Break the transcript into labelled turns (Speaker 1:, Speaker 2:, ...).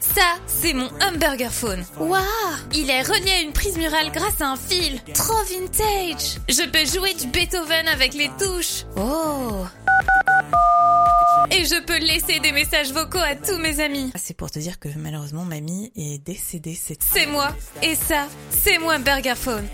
Speaker 1: Ça, c'est mon hamburger phone. Waouh Il est relié à une prise murale grâce à un fil. Trop vintage Je peux jouer du Beethoven avec les touches. Oh et je peux laisser des messages vocaux à tous mes amis.
Speaker 2: Ah, C'est pour te dire que malheureusement, mamie est décédée. C'est
Speaker 1: C'est moi. Et ça, c'est moi Burger Phone.